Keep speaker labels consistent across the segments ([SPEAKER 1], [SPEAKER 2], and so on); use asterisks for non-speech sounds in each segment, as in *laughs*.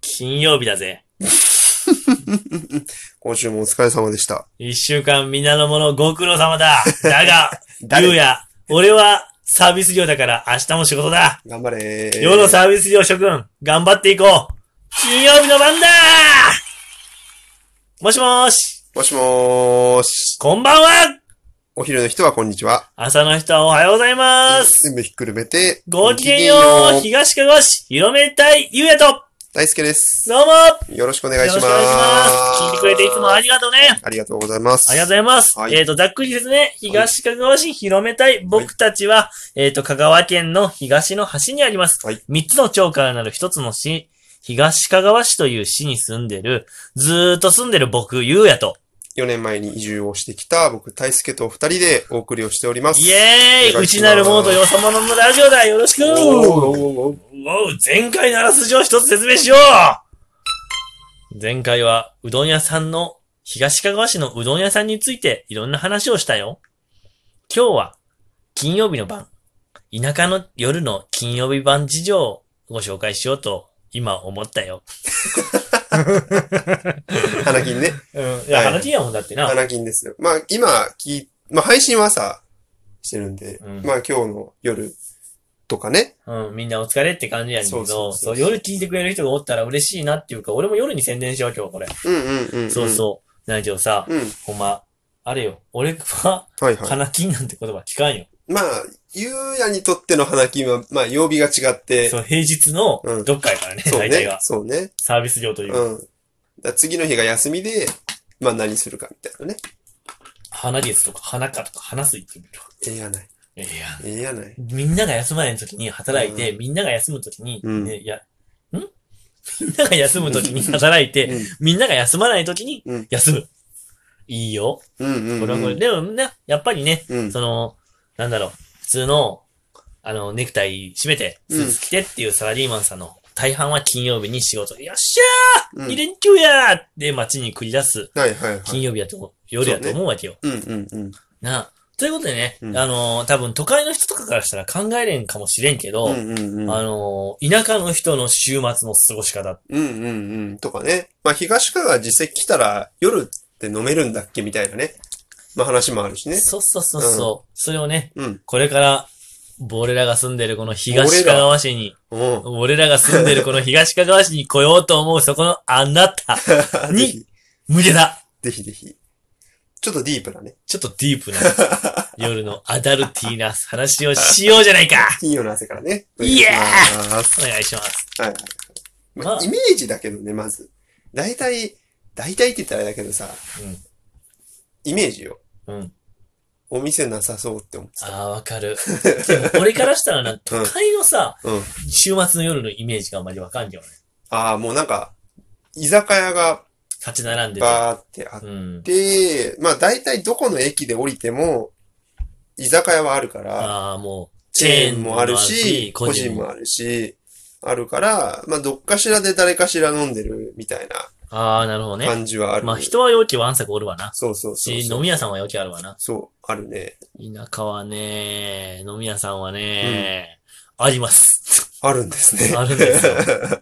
[SPEAKER 1] 金曜日だぜ。
[SPEAKER 2] 今週もお疲れ様でした。
[SPEAKER 1] 一週間みんなのものご苦労様だ。だが、
[SPEAKER 2] *laughs* 誰
[SPEAKER 1] ゆうや、俺はサービス業だから明日も仕事だ。
[SPEAKER 2] 頑張れー。
[SPEAKER 1] 世のサービス業諸君、頑張っていこう。金曜日の番だもしもーし、
[SPEAKER 2] もしもーし。
[SPEAKER 1] こんばんは
[SPEAKER 2] お昼の人はこんにちは。
[SPEAKER 1] 朝の人はおはようございます。
[SPEAKER 2] 全部ひっくるめて。
[SPEAKER 1] ごきげんよう、
[SPEAKER 2] ごきげんよ
[SPEAKER 1] 東かがわ市、広めたい、ゆうやと、
[SPEAKER 2] 大輔です。
[SPEAKER 1] どうも
[SPEAKER 2] よろしくお願いします。
[SPEAKER 1] 聞いてくれていつもありがとうね。
[SPEAKER 2] ありがとうございます。
[SPEAKER 1] ありがとうございます。
[SPEAKER 2] はい
[SPEAKER 1] えっ、と、ざっくりですね、東かがわ市広めたい、僕たちは、えっ、と、香川県の東の端にあります。
[SPEAKER 2] はい
[SPEAKER 1] 三つの町からなる一つの市、東かがわ市という市に住んでる、ずーっと住んでる僕、ゆうやと。
[SPEAKER 2] 4年前に移住をしてきた僕、大輔とお二人でお送りをしております。
[SPEAKER 1] イエーイ
[SPEAKER 2] お願いします
[SPEAKER 1] 内なる者とよそ者のラジオだよろしく
[SPEAKER 2] おーおーおー
[SPEAKER 1] おう、前回のあらすじを一つ説明しよう前回は、うどん屋さんの、東かがわ市のうどん屋さんについていろんな話をしたよ。今日は、金曜日の晩、田舎の夜の金曜日晩事情をご紹介しようと、今思ったよ。
[SPEAKER 2] 花金ね。
[SPEAKER 1] うん。い
[SPEAKER 2] は
[SPEAKER 1] や、
[SPEAKER 2] い
[SPEAKER 1] 話やもんだってな。
[SPEAKER 2] 花金ですよ。まあ、今、き、まあ、配信はさ、してるんで、
[SPEAKER 1] うん
[SPEAKER 2] まあ、今日の夜とかね。
[SPEAKER 1] うん、みんなお疲れって感じやねんけ
[SPEAKER 2] そうそ
[SPEAKER 1] ど、
[SPEAKER 2] うそ
[SPEAKER 1] そうう、夜聞いてくれる人がおったら嬉しいなっていうか、俺も夜に宣伝しよう、今日これ。
[SPEAKER 2] うんうんうん、うん。
[SPEAKER 1] そうそう。なけどさ、
[SPEAKER 2] うん。
[SPEAKER 1] ほんま、あれよ、俺は、
[SPEAKER 2] はいはい。
[SPEAKER 1] 花金なんて言葉聞かんよ。
[SPEAKER 2] まあ、ゆうやにとっての花金は、まあ、曜日が違って、
[SPEAKER 1] そう、平日の
[SPEAKER 2] うん
[SPEAKER 1] どっかやからね、
[SPEAKER 2] そう
[SPEAKER 1] 大体
[SPEAKER 2] ね
[SPEAKER 1] が。。
[SPEAKER 2] そうね。。
[SPEAKER 1] サービス業といううんか。
[SPEAKER 2] だから次の日が休みで、まあ何するかみたいなね。
[SPEAKER 1] 花月とか花かとか花水って言うと。
[SPEAKER 2] ええやない。
[SPEAKER 1] いや、
[SPEAKER 2] ええやない。
[SPEAKER 1] みんなが休まない時に働いて、みんなが休む時に、
[SPEAKER 2] うん
[SPEAKER 1] ねいや、ん *laughs* みんなが休む時に働いて、みんなが休まない時に
[SPEAKER 2] うん
[SPEAKER 1] 休む。いいよ。
[SPEAKER 2] うん。うんうん、うん。
[SPEAKER 1] これはこれ。でもね、やっぱりね、
[SPEAKER 2] うん。
[SPEAKER 1] その、なんだろう、普通の、あの、ネクタイ締めて、スーツ着てっていうサラリーマンさんの大半は金曜日に仕事、よっしゃー
[SPEAKER 2] うん
[SPEAKER 1] 二連休やーって街に繰り出す
[SPEAKER 2] はいはいは
[SPEAKER 1] 金
[SPEAKER 2] い。
[SPEAKER 1] 曜日やと思う、夜やと思うわけよ。
[SPEAKER 2] うんうんうん。
[SPEAKER 1] なあ。ということでね、
[SPEAKER 2] うん
[SPEAKER 1] あのー多分都会の人とかからしたら考えれんかもしれんけど、
[SPEAKER 2] うんうんうん。
[SPEAKER 1] あのー田舎の人の週末の過ごし方。
[SPEAKER 2] うんうんうん。とかね。まあ東川が実際来たら夜って飲めるんだっけみたいなね。まあ話もあるしね。
[SPEAKER 1] そうそうそうそう。それをね、
[SPEAKER 2] うん。
[SPEAKER 1] これから、俺らが住んでるこの東かがわ市に、
[SPEAKER 2] うん。
[SPEAKER 1] 俺らが住んでるこの東かがわ市に来ようと思うそこのあなた、
[SPEAKER 2] ぜひ、
[SPEAKER 1] 向けだ
[SPEAKER 2] ぜひぜひ。ちょっとディープなね。
[SPEAKER 1] ちょっとディープな夜のアダルティーな話をしようじゃないか
[SPEAKER 2] 金曜の朝からね。
[SPEAKER 1] イエーイ
[SPEAKER 2] お願いします
[SPEAKER 1] お願いします。
[SPEAKER 2] はいはい。まあ
[SPEAKER 1] まあ
[SPEAKER 2] イメージだけどね、まず。大体、大体って言ったらあれだけどさ、
[SPEAKER 1] うん
[SPEAKER 2] イメージよ。
[SPEAKER 1] うん。
[SPEAKER 2] お店なさそうって思ってた。
[SPEAKER 1] ああ、わかる。でも俺からしたらな、都会のさ、
[SPEAKER 2] うん。
[SPEAKER 1] 週末の夜のイメージがあまりわかんけどね。
[SPEAKER 2] ああ、もうなんか、居酒屋が
[SPEAKER 1] 立ち並んでて。
[SPEAKER 2] バーってあっ
[SPEAKER 1] うん。
[SPEAKER 2] て、まあ大体どこの駅で降りても、居酒屋はあるから、
[SPEAKER 1] ああ、もう、
[SPEAKER 2] チェーンもあるし、個人も
[SPEAKER 1] ある。
[SPEAKER 2] あるし、あるから、まあどっかしらで誰かしら飲んでるみたいな
[SPEAKER 1] ああ、なるほどね。
[SPEAKER 2] 感じはある。
[SPEAKER 1] まあ、人は容器はあんさくおるわな。
[SPEAKER 2] そうそうそう
[SPEAKER 1] し、
[SPEAKER 2] そう。
[SPEAKER 1] 飲み屋さんは容器あるわな。
[SPEAKER 2] そう、あるね。
[SPEAKER 1] 田舎はね、飲み屋さんはね、あります。 *laughs*
[SPEAKER 2] あるんですね。
[SPEAKER 1] あるん
[SPEAKER 2] *laughs*
[SPEAKER 1] ですよ。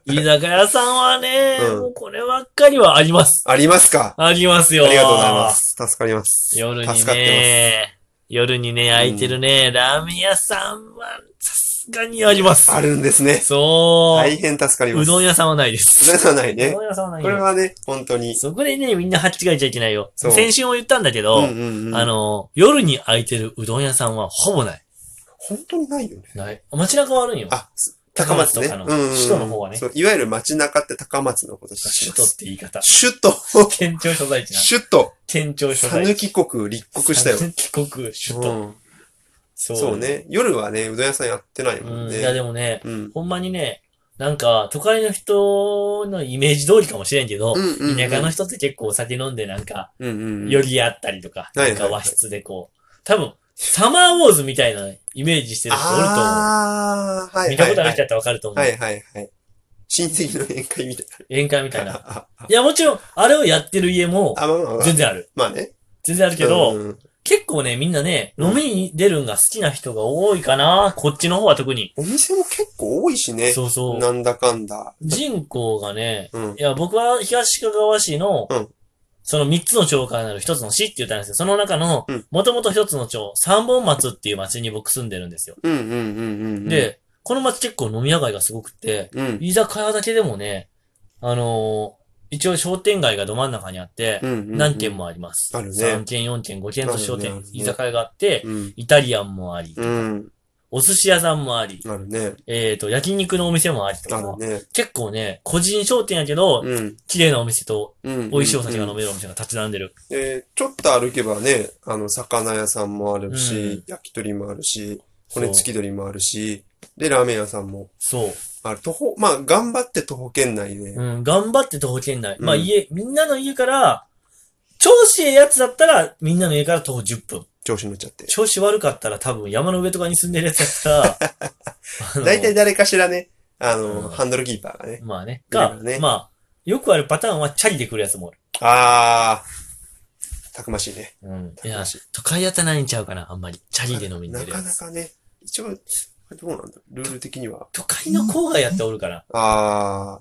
[SPEAKER 1] 居酒屋さんはね、
[SPEAKER 2] うん
[SPEAKER 1] もうこればっかりはあります。
[SPEAKER 2] ありますか
[SPEAKER 1] ありますよ。
[SPEAKER 2] ありがとうございま。す。助かります。
[SPEAKER 1] 夜に
[SPEAKER 2] 助かって
[SPEAKER 1] ね、夜にね、空いてるね、ラーメン屋さんは、さすがにあります
[SPEAKER 2] ます。。あるんですね。
[SPEAKER 1] そう。
[SPEAKER 2] 大変助かります。
[SPEAKER 1] うどん屋さんはないで
[SPEAKER 2] うどん
[SPEAKER 1] す。
[SPEAKER 2] 屋はないね
[SPEAKER 1] う。どん屋さんはない
[SPEAKER 2] これ
[SPEAKER 1] よ。
[SPEAKER 2] はね、本当に。
[SPEAKER 1] そこでね、みんなはっちがいちゃいけないよ。
[SPEAKER 2] そう
[SPEAKER 1] 先週も言ったんだけど、
[SPEAKER 2] うんうんうん
[SPEAKER 1] あ、の、夜に空いてるうどん屋さんはほぼない。
[SPEAKER 2] 本当にないよね。
[SPEAKER 1] ない。街中はあるんよ。
[SPEAKER 2] あ、す高松ね。
[SPEAKER 1] 高松と
[SPEAKER 2] う
[SPEAKER 1] かの
[SPEAKER 2] んうん
[SPEAKER 1] 首都の方はね
[SPEAKER 2] そういわゆる街中って高松のこと
[SPEAKER 1] 首
[SPEAKER 2] し
[SPEAKER 1] 都
[SPEAKER 2] ま
[SPEAKER 1] っ
[SPEAKER 2] す。
[SPEAKER 1] て言い方。
[SPEAKER 2] 首都。
[SPEAKER 1] *laughs* 県庁所在地な。
[SPEAKER 2] 首都。
[SPEAKER 1] 県庁所
[SPEAKER 2] さ
[SPEAKER 1] 在
[SPEAKER 2] ぬ
[SPEAKER 1] 地。
[SPEAKER 2] き国立国したよ。
[SPEAKER 1] 讃岐国、首都。
[SPEAKER 2] うん
[SPEAKER 1] そ
[SPEAKER 2] そう。ね。夜はね、うどん屋さんやってない
[SPEAKER 1] う
[SPEAKER 2] も
[SPEAKER 1] んん。
[SPEAKER 2] ね。
[SPEAKER 1] いや、でもね、
[SPEAKER 2] うん。
[SPEAKER 1] ほんまにね、なんか、都会の人のイメージ通りかもしれんけど、
[SPEAKER 2] うんうんうん
[SPEAKER 1] 田舎の人って結構お酒飲んでなんか、
[SPEAKER 2] うんうんうん。
[SPEAKER 1] よりあったりとか、
[SPEAKER 2] はいはい
[SPEAKER 1] なんか和室でこう、多分、サマーウォーズみたいなイメージしてる人おると思う。
[SPEAKER 2] ああ、はい。
[SPEAKER 1] 見たことある
[SPEAKER 2] はい
[SPEAKER 1] 人だったらわかると思う。
[SPEAKER 2] はいはいはい。親戚の宴会みたい
[SPEAKER 1] 宴会みたい
[SPEAKER 2] *laughs* な
[SPEAKER 1] な。。いや、もちろん、あれをやってる家も、
[SPEAKER 2] あ、まあまあまあ。
[SPEAKER 1] 全然ある。
[SPEAKER 2] まあね。
[SPEAKER 1] 全然あるけど、
[SPEAKER 2] うん
[SPEAKER 1] 結構ね、みんなね、飲みに出るんが好きな人が多いかな。こっちの方は特に。
[SPEAKER 2] お店も結構多いしね。
[SPEAKER 1] そうそう。
[SPEAKER 2] なんだかんだ。
[SPEAKER 1] 人口がね、
[SPEAKER 2] う
[SPEAKER 1] い
[SPEAKER 2] ん。
[SPEAKER 1] や、僕は東かがわ市の、
[SPEAKER 2] うん
[SPEAKER 1] その3つの町からなる1つの市って言ったんですけど、その中の
[SPEAKER 2] うん、
[SPEAKER 1] もともと1つの町、三本松っていう町に僕住んでるんですよ。
[SPEAKER 2] うんうんうんうんうん。、
[SPEAKER 1] で、この町結構飲み屋街がすごくって、
[SPEAKER 2] うん。
[SPEAKER 1] 居酒屋だけでもね、あのー一応商店街がど真ん中にあって、
[SPEAKER 2] うんうんうん
[SPEAKER 1] 何軒もあります。
[SPEAKER 2] あるね
[SPEAKER 1] 3軒、4軒、5軒と商
[SPEAKER 2] ある
[SPEAKER 1] 店
[SPEAKER 2] ね、
[SPEAKER 1] 居酒屋があって、
[SPEAKER 2] うん。
[SPEAKER 1] イタリアンもあり、
[SPEAKER 2] うん。
[SPEAKER 1] お寿司屋さんもあり、
[SPEAKER 2] あるね。
[SPEAKER 1] えっ、と、焼肉のお店もありと
[SPEAKER 2] あ
[SPEAKER 1] か、
[SPEAKER 2] るね。
[SPEAKER 1] 結構ね、個人商店やけど、
[SPEAKER 2] うん。
[SPEAKER 1] 綺麗なお店と
[SPEAKER 2] うん。
[SPEAKER 1] 美味しいお酒が飲めるお店が立ち並んでる。
[SPEAKER 2] で、ちょっと歩けばね、あの、魚屋さんもあるし、
[SPEAKER 1] うん
[SPEAKER 2] 焼き鳥もあるし、骨付き鳥もあるし、で、ラーメン屋さんも
[SPEAKER 1] そう。
[SPEAKER 2] ある。徒歩、まあ、頑張って徒歩圏内で。
[SPEAKER 1] うん、頑張って徒歩圏内。
[SPEAKER 2] うん
[SPEAKER 1] まあ家、みんなの家から、調子ええやつだったら、みんなの家から徒歩10分。
[SPEAKER 2] 調子乗っちゃって。
[SPEAKER 1] 調子悪かったら多分山の上とかに住んでるやつだったらあの、
[SPEAKER 2] *laughs* 大体誰かしらね、あの、
[SPEAKER 1] うん
[SPEAKER 2] ハンドルキーパーがね。
[SPEAKER 1] まあね。
[SPEAKER 2] 見れ
[SPEAKER 1] か
[SPEAKER 2] ば、ね
[SPEAKER 1] まあ、よくあるパターンはチャリで来るやつもおる。
[SPEAKER 2] あー、たくましいね。
[SPEAKER 1] うん。い
[SPEAKER 2] たく
[SPEAKER 1] や
[SPEAKER 2] まし、い。
[SPEAKER 1] 都会やったらないんちゃうかな、あんまり。チャリで飲みに
[SPEAKER 2] な
[SPEAKER 1] 出る
[SPEAKER 2] か
[SPEAKER 1] や
[SPEAKER 2] な
[SPEAKER 1] つ。
[SPEAKER 2] かね、一応、どうなんだルール的には。
[SPEAKER 1] 都会の郊外やっておるから。
[SPEAKER 2] あー、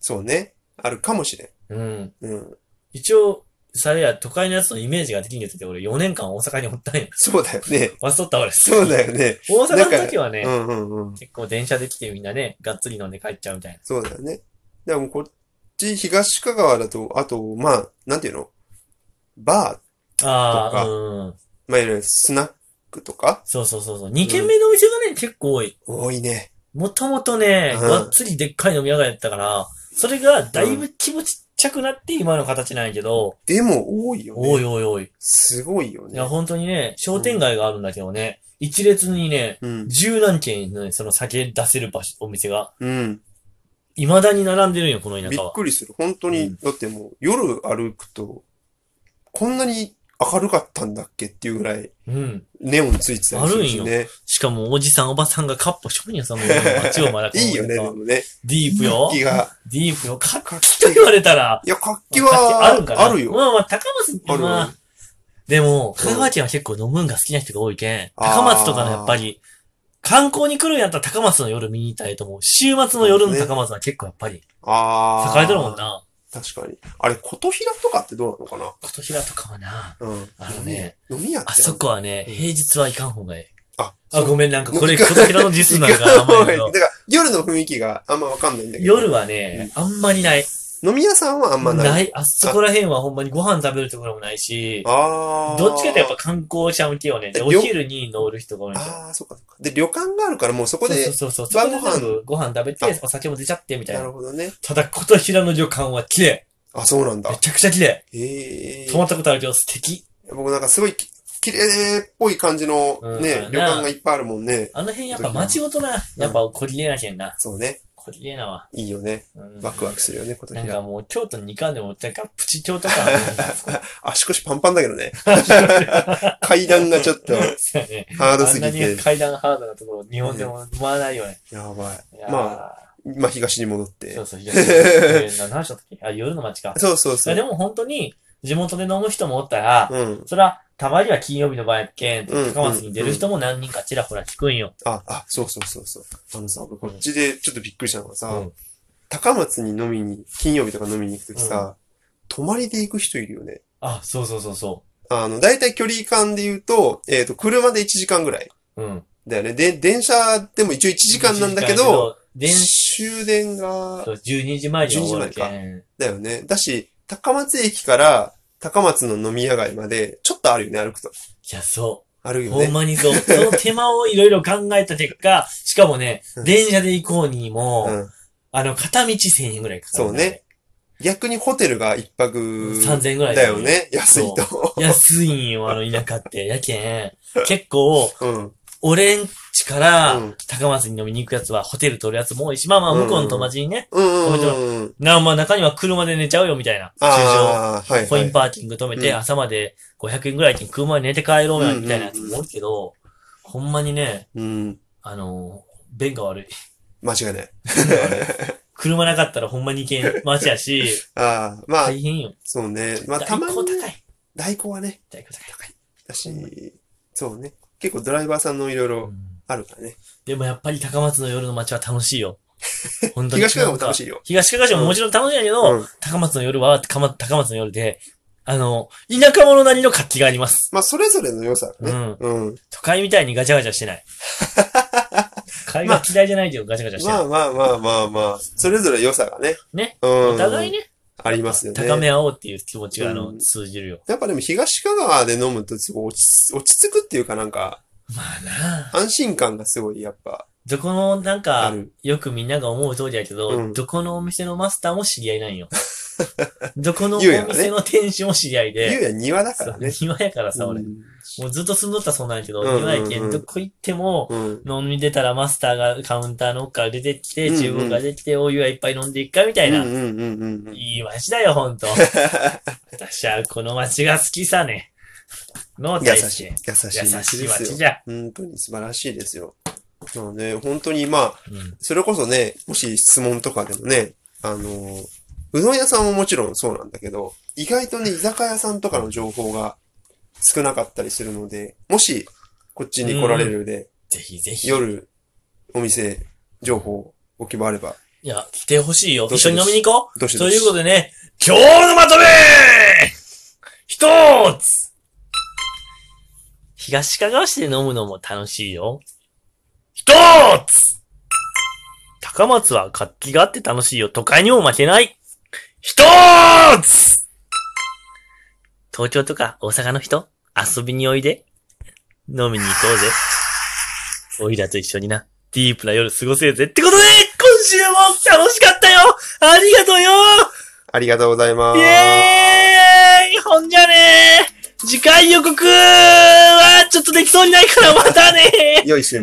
[SPEAKER 2] そうね。あるかもしれん。
[SPEAKER 1] うん。
[SPEAKER 2] うん。
[SPEAKER 1] 一応、それや、都会のやつのイメージができんけどって、俺4年間大阪におったんや。
[SPEAKER 2] そうだよね。
[SPEAKER 1] 忘っとった俺。
[SPEAKER 2] そうだよね。
[SPEAKER 1] 大阪の時は *laughs* ね
[SPEAKER 2] う、んうんうん。
[SPEAKER 1] 結構電車で来てみんなね、がっつり飲んで帰っちゃうみたいな。
[SPEAKER 2] そうだよね。でもこっち、東香川だと、あと、まあ、なんていうのバー、
[SPEAKER 1] ああ、
[SPEAKER 2] と
[SPEAKER 1] うん。
[SPEAKER 2] まあ、いわゆるスナックとか
[SPEAKER 1] そうそうそうそう。2軒目のお店がね、結構多い。
[SPEAKER 2] 多いね。
[SPEAKER 1] もともとね、
[SPEAKER 2] うん
[SPEAKER 1] がっつりでっかい飲み屋街やったから、それがだいぶ規模ちっちゃくなって今の形なんやけど、
[SPEAKER 2] でも多いよね。
[SPEAKER 1] おいおいおい。
[SPEAKER 2] すごいよ
[SPEAKER 1] い
[SPEAKER 2] ね
[SPEAKER 1] や、。本当にね、商店街があるんだけどね、一列にね、
[SPEAKER 2] うん。
[SPEAKER 1] 十何軒のねその酒出せる場所、お店が、
[SPEAKER 2] うん。
[SPEAKER 1] 未だに並んでるんよ、この田
[SPEAKER 2] びっ
[SPEAKER 1] 舎は。
[SPEAKER 2] くりする。本当
[SPEAKER 1] う
[SPEAKER 2] に
[SPEAKER 1] ん、
[SPEAKER 2] だってもう夜歩くと、こんなに明るかったんだっけっていうぐらい、
[SPEAKER 1] うん。
[SPEAKER 2] ネオンついてたりするし
[SPEAKER 1] あ
[SPEAKER 2] ね。
[SPEAKER 1] しかも、おじさん、おばさんがカッポしょんや、その街をまだ
[SPEAKER 2] *laughs* いいよね、でもね。
[SPEAKER 1] ディープよ。
[SPEAKER 2] 活気が。
[SPEAKER 1] ディープよ。活気と言われたら、
[SPEAKER 2] いや、活気
[SPEAKER 1] あるんかな
[SPEAKER 2] は、あるよ。
[SPEAKER 1] まあまあ、高松って、
[SPEAKER 2] ある
[SPEAKER 1] ま
[SPEAKER 2] よ
[SPEAKER 1] あ、。でも、香川県は結構飲むんが好きな人が多いけん、高松とかのやっぱり、観光に来るんやったら高松の夜見に行ったらいいと思う。週末の夜の高松は結構やっぱり、
[SPEAKER 2] ああ。
[SPEAKER 1] 栄えとるもん。な。
[SPEAKER 2] 確かに。あれ、琴平とかってどうなのかな
[SPEAKER 1] 琴平とかはな、
[SPEAKER 2] うん。
[SPEAKER 1] あのね。
[SPEAKER 2] 飲み屋って。
[SPEAKER 1] あそ。こはね、
[SPEAKER 2] うん
[SPEAKER 1] 平日は行かん方がいい。
[SPEAKER 2] あ、
[SPEAKER 1] あ、ごめん、なんかこれ
[SPEAKER 2] 行か
[SPEAKER 1] 琴平の実数
[SPEAKER 2] *laughs*
[SPEAKER 1] なんか甘いけ
[SPEAKER 2] だ
[SPEAKER 1] ど
[SPEAKER 2] か、ら、夜の雰囲気があんまわかんないんだけど。
[SPEAKER 1] 夜はね、あんまりない。
[SPEAKER 2] 飲み屋さんはあんまない。
[SPEAKER 1] ない。あそこら辺はほんまにご飯食べるところもないし、
[SPEAKER 2] ああ。
[SPEAKER 1] どっちかってやっぱ観光者向けよね。でお
[SPEAKER 2] りょ
[SPEAKER 1] 昼に乗る人が多いんだよ
[SPEAKER 2] ああ、そうかそうか。で、旅館があるからもうそこで、
[SPEAKER 1] そうそうそう。そこ
[SPEAKER 2] 晩
[SPEAKER 1] で
[SPEAKER 2] ご
[SPEAKER 1] 全
[SPEAKER 2] 飯
[SPEAKER 1] 部ご飯食べて、お酒も出ちゃって、みたい
[SPEAKER 2] なる
[SPEAKER 1] な。
[SPEAKER 2] ほどね。
[SPEAKER 1] ただ、琴平の旅館は綺麗。
[SPEAKER 2] あ、そうなんだ
[SPEAKER 1] め。ちゃくちゃ綺麗。
[SPEAKER 2] へえ。
[SPEAKER 1] 泊まったことあるけど、素敵。
[SPEAKER 2] 僕なんかすごいき綺麗っぽい感じの
[SPEAKER 1] うん
[SPEAKER 2] ね
[SPEAKER 1] う、ん
[SPEAKER 2] 旅館がいっぱいあるもんね。
[SPEAKER 1] あの辺やっぱ街ごとな、やっぱ小綺麗なけんな。
[SPEAKER 2] そうね。
[SPEAKER 1] 小綺麗なわ。
[SPEAKER 2] いいよね。
[SPEAKER 1] うん
[SPEAKER 2] ワクワクするよね、今
[SPEAKER 1] なん
[SPEAKER 2] 年
[SPEAKER 1] か
[SPEAKER 2] は。
[SPEAKER 1] もう京都に行かんでも、なんかプチ京都感あるんだ
[SPEAKER 2] 足腰パンパンだけど
[SPEAKER 1] *laughs*
[SPEAKER 2] ね。階段がちょっと
[SPEAKER 1] そうや
[SPEAKER 2] *laughs*
[SPEAKER 1] ね。
[SPEAKER 2] ハード
[SPEAKER 1] あ
[SPEAKER 2] す
[SPEAKER 1] ん
[SPEAKER 2] ぎ
[SPEAKER 1] なに
[SPEAKER 2] て。
[SPEAKER 1] 階段ハードなところ、日本でも回らないよね。
[SPEAKER 2] やばい。
[SPEAKER 1] いやー
[SPEAKER 2] ま今東に戻っ
[SPEAKER 1] そ
[SPEAKER 2] て
[SPEAKER 1] う。そう、東え
[SPEAKER 2] *laughs*
[SPEAKER 1] ーな何したっけあ、夜の街か。
[SPEAKER 2] そうそう
[SPEAKER 1] い
[SPEAKER 2] そ
[SPEAKER 1] や
[SPEAKER 2] う。
[SPEAKER 1] でも本当に、地元で飲む人もおったら、
[SPEAKER 2] うん。
[SPEAKER 1] そら、たまには金曜日の晩やっけん、
[SPEAKER 2] うん
[SPEAKER 1] 高松に出る人も何人かちらほら聞くんよ。
[SPEAKER 2] あ、あ、そうそうそうそう。あのさ、僕こっちでちょっとびっくりしたのが
[SPEAKER 1] う
[SPEAKER 2] さ、高松に飲みに、金曜日とか飲みに行くときさ、泊まりで行く人いるよね。
[SPEAKER 1] あ、そうそうそうそ
[SPEAKER 2] あの、だいたい距離感で言うと、えっ、と、車で1時間ぐらい。
[SPEAKER 1] う。うん。
[SPEAKER 2] だよね。で、電車でも一応1時間なんだけど、
[SPEAKER 1] 電車
[SPEAKER 2] 終電が、
[SPEAKER 1] と12時前には終わるけ
[SPEAKER 2] 12
[SPEAKER 1] ん。
[SPEAKER 2] だよね。だし、高松駅から高松の飲み屋街まで、ちょっとあるよね、歩くと。
[SPEAKER 1] いや、そ
[SPEAKER 2] ある
[SPEAKER 1] う。
[SPEAKER 2] よ
[SPEAKER 1] ほん
[SPEAKER 2] ね。
[SPEAKER 1] まに
[SPEAKER 2] *laughs*
[SPEAKER 1] そう。その手間をいろいろ考えた結果、しかもね
[SPEAKER 2] う、ん
[SPEAKER 1] 電車で行こうにも、
[SPEAKER 2] うん。
[SPEAKER 1] あの、片道1000円ぐらいかかる。
[SPEAKER 2] そうね。逆にホテルが一泊
[SPEAKER 1] 3000円ぐらい
[SPEAKER 2] だよ。ね。安いと。
[SPEAKER 1] 安いんよ、
[SPEAKER 2] *laughs*
[SPEAKER 1] あの田舎って。やけん。結構、
[SPEAKER 2] うん。
[SPEAKER 1] 俺んちから
[SPEAKER 2] うん
[SPEAKER 1] 高松に飲みに行くやつは、ホテル取るやつも多いし、まあまあ、向こうの友達にね、
[SPEAKER 2] うんうんうんうん。
[SPEAKER 1] な、まあ中には車で寝ちゃうよみたいな。駐車
[SPEAKER 2] ああ、はい、はい。
[SPEAKER 1] コインパーキング止めて、
[SPEAKER 2] うん
[SPEAKER 1] 朝まで500円ぐらいに車に寝て帰ろうや、みたいなやつ
[SPEAKER 2] うんうんうん
[SPEAKER 1] もおるけど、ほんまにね、
[SPEAKER 2] うん。
[SPEAKER 1] あのー、便が悪い。
[SPEAKER 2] 間違いない。
[SPEAKER 1] 車なかったらほんまに行け
[SPEAKER 2] *laughs*
[SPEAKER 1] ん街やし、
[SPEAKER 2] ああ、まあ、
[SPEAKER 1] 大変よ。
[SPEAKER 2] そうね。まあ、
[SPEAKER 1] 代
[SPEAKER 2] たまに
[SPEAKER 1] 行高い。
[SPEAKER 2] 代行はね、
[SPEAKER 1] 代行高い。
[SPEAKER 2] だし、そうね。結構ドライバーさんのいろいうろ
[SPEAKER 1] ん
[SPEAKER 2] あるからね。
[SPEAKER 1] でもやっぱり高松の夜の街は楽しい
[SPEAKER 2] *laughs*
[SPEAKER 1] よ。本当に。
[SPEAKER 2] 東海岸も楽しいよ。
[SPEAKER 1] 東かが市ももちろん楽しいんだけど、
[SPEAKER 2] うん。
[SPEAKER 1] 高松の夜は、かま高松の夜で、あの、田舎者なりの活気があります。
[SPEAKER 2] まあ、それぞれの良さが
[SPEAKER 1] う
[SPEAKER 2] ね。
[SPEAKER 1] ん。
[SPEAKER 2] うん。
[SPEAKER 1] 都会みたいにガチャガチャして
[SPEAKER 2] *laughs*
[SPEAKER 1] ない。都会は嫌いじゃないけど、ガチャガチャして
[SPEAKER 2] ま
[SPEAKER 1] ない。
[SPEAKER 2] あまあまあまあまあ、それぞれ良さがね。
[SPEAKER 1] ね。
[SPEAKER 2] うん。
[SPEAKER 1] お互いね、
[SPEAKER 2] ありますよね。
[SPEAKER 1] 高め合おうっていう気持ちが、あ
[SPEAKER 2] う
[SPEAKER 1] の、
[SPEAKER 2] ん
[SPEAKER 1] 通じるよ。
[SPEAKER 2] やっぱでも東香川で飲むとすごい落ち落ち着くっていうかなんか
[SPEAKER 1] まあなあ
[SPEAKER 2] 安心感がすごいやっぱ
[SPEAKER 1] どこの、なん
[SPEAKER 2] あ
[SPEAKER 1] か、
[SPEAKER 2] る。
[SPEAKER 1] よくみんなが思う通りだけど、
[SPEAKER 2] うん
[SPEAKER 1] どこのお店のマスターも知り合いなん
[SPEAKER 2] *laughs*
[SPEAKER 1] よ。どこのお
[SPEAKER 2] 言うよね
[SPEAKER 1] 店の店主も知り合い
[SPEAKER 2] ゆう
[SPEAKER 1] で、
[SPEAKER 2] や庭だか
[SPEAKER 1] そう
[SPEAKER 2] らね。
[SPEAKER 1] 庭やからさ、俺。
[SPEAKER 2] うん
[SPEAKER 1] もうずっと住んどったらそうなんやけど、
[SPEAKER 2] うんうんうん
[SPEAKER 1] 庭やけん、どこ行っても、
[SPEAKER 2] うん。
[SPEAKER 1] 飲み出たらマスターがカウンターの奥から出てきて、
[SPEAKER 2] うんうん
[SPEAKER 1] 自分が出てきて、お湯はいっぱい飲んでいっか、みたいな。
[SPEAKER 2] うんうんうんうんうん。
[SPEAKER 1] いい街だよ、ほ
[SPEAKER 2] *laughs*
[SPEAKER 1] んと。私はこの街が好きさね。の
[SPEAKER 2] 優
[SPEAKER 1] 大好
[SPEAKER 2] しい
[SPEAKER 1] き。。
[SPEAKER 2] 優しい
[SPEAKER 1] 優
[SPEAKER 2] 街
[SPEAKER 1] しい
[SPEAKER 2] です
[SPEAKER 1] 街
[SPEAKER 2] よ。
[SPEAKER 1] じゃ。
[SPEAKER 2] 本当に素晴らしいですよ。なので、本当にまあ、
[SPEAKER 1] うん
[SPEAKER 2] それこそね、もし質問とかでもね、あの、うどん屋さんももちろんそうなんだけど、意外とね、居酒屋さんとかの情報が少なかったりするので、もし、こっちに来られるで、
[SPEAKER 1] ぜひぜひ。い
[SPEAKER 2] 夜、お店、情報、お希望あれば、
[SPEAKER 1] や、来てほしいよ。
[SPEAKER 2] ど
[SPEAKER 1] 一
[SPEAKER 2] しど
[SPEAKER 1] 緒に飲
[SPEAKER 2] し
[SPEAKER 1] みに行こ
[SPEAKER 2] どし
[SPEAKER 1] う。
[SPEAKER 2] ど
[SPEAKER 1] と
[SPEAKER 2] し。
[SPEAKER 1] いうことでね、今日のまとめ一つ東かがわ市で飲むのも楽しいよ。一つ高松は活気があって楽しいよ。都会にも負けない一つ東京とか大阪の人、遊びにおいで。飲みに行こうぜ。おいらと一緒にな、ディープな夜過ごせるぜ。ってことで、今週も楽しかったよありがとうよ
[SPEAKER 2] ありがとうございます。
[SPEAKER 1] イエーイほんじゃねー次回予告はちょっとできそうにないからまたねー
[SPEAKER 2] 良い週末